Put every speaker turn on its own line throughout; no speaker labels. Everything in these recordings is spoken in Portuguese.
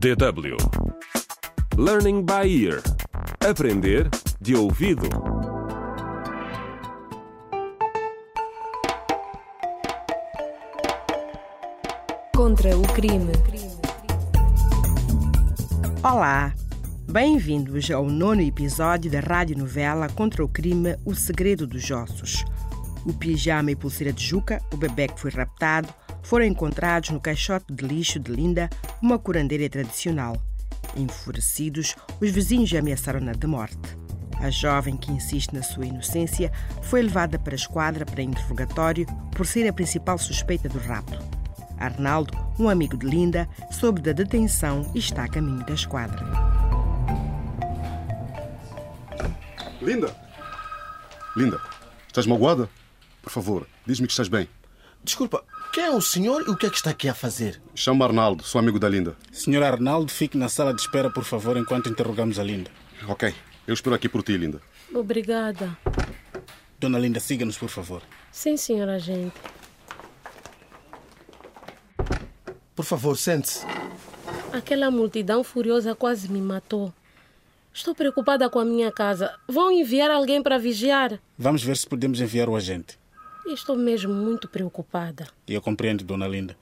DW Learning by Ear Aprender de ouvido
Contra o crime.
Olá! Bem-vindos ao nono episódio da rádio novela Contra o Crime O Segredo dos Ossos. O pijama e pulseira de Juca, o bebê que foi raptado, foram encontrados no caixote de lixo de Linda, uma curandeira tradicional. Enfurecidos, os vizinhos ameaçaram-na de morte. A jovem que insiste na sua inocência foi levada para a esquadra para interrogatório por ser a principal suspeita do rapto. Arnaldo, um amigo de Linda, soube da detenção e está a caminho da esquadra.
Linda! Linda, estás magoada? Por favor, diz-me que estás bem.
Desculpa, quem é o senhor e o que é que está aqui a fazer?
Chama Arnaldo, sou amigo da Linda.
Senhor Arnaldo, fique na sala de espera, por favor, enquanto interrogamos a Linda.
Ok. Eu espero aqui por ti, Linda.
Obrigada.
Dona Linda, siga-nos, por favor.
Sim, senhora agente.
Por favor, sente-se.
Aquela multidão furiosa quase me matou. Estou preocupada com a minha casa. Vão enviar alguém para vigiar?
Vamos ver se podemos enviar o agente.
Estou mesmo muito preocupada.
Eu compreendo, Dona Linda.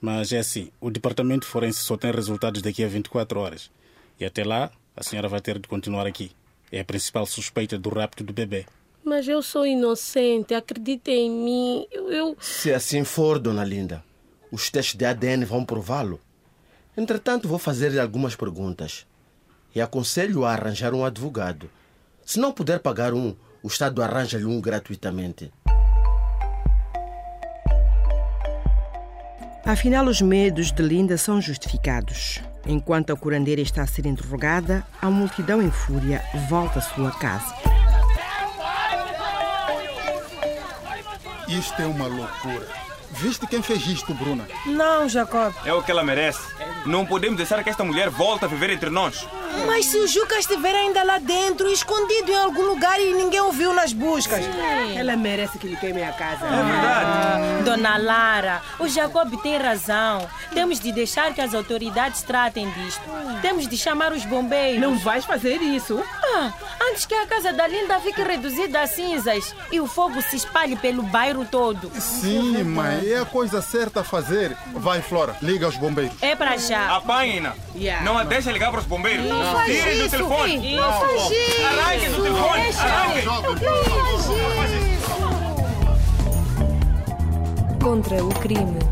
Mas é assim, o departamento forense só tem resultados daqui a 24 horas. E até lá, a senhora vai ter de continuar aqui. É a principal suspeita do rapto do bebê.
Mas eu sou inocente, acreditem em mim. Eu, eu-
Se assim for, dona Linda, os testes de ADN vão prová-lo. Entretanto, vou fazer-lhe algumas perguntas. E aconselho a arranjar um advogado. Se não puder pagar um, o Estado arranja-lhe um gratuitamente.
Afinal, os medos de Linda são justificados. Enquanto a curandeira está a ser interrogada, a multidão em fúria volta à sua casa.
Isto é uma loucura. Viste quem fez isto, Bruna?
Não, Jacob.
É o que ela merece. Não podemos deixar que esta mulher volte a viver entre nós.
Mas se o Juca estiver ainda lá dentro, escondido em algum lugar e ninguém o viu nas buscas.
Ela merece que lhe queime a casa.
Ah, Dona Lara, o Jacob tem razão. Temos de deixar que as autoridades tratem disto. Temos de chamar os bombeiros.
vais fazer isso.
Ah, antes que a casa da Linda fique reduzida a cinzas e o fogo se espalhe pelo bairro todo.
Sim, mãe, é a coisa certa a fazer. Vai, Flora, liga aos bombeiros.
É para já.
Apanhem-na. Não a deixem ligar para os bombeiros.
faz
Tirem do
isso,
telefone.
Não faz
Arranquem do telefone. Arranquem.
isso.
Contra o crime.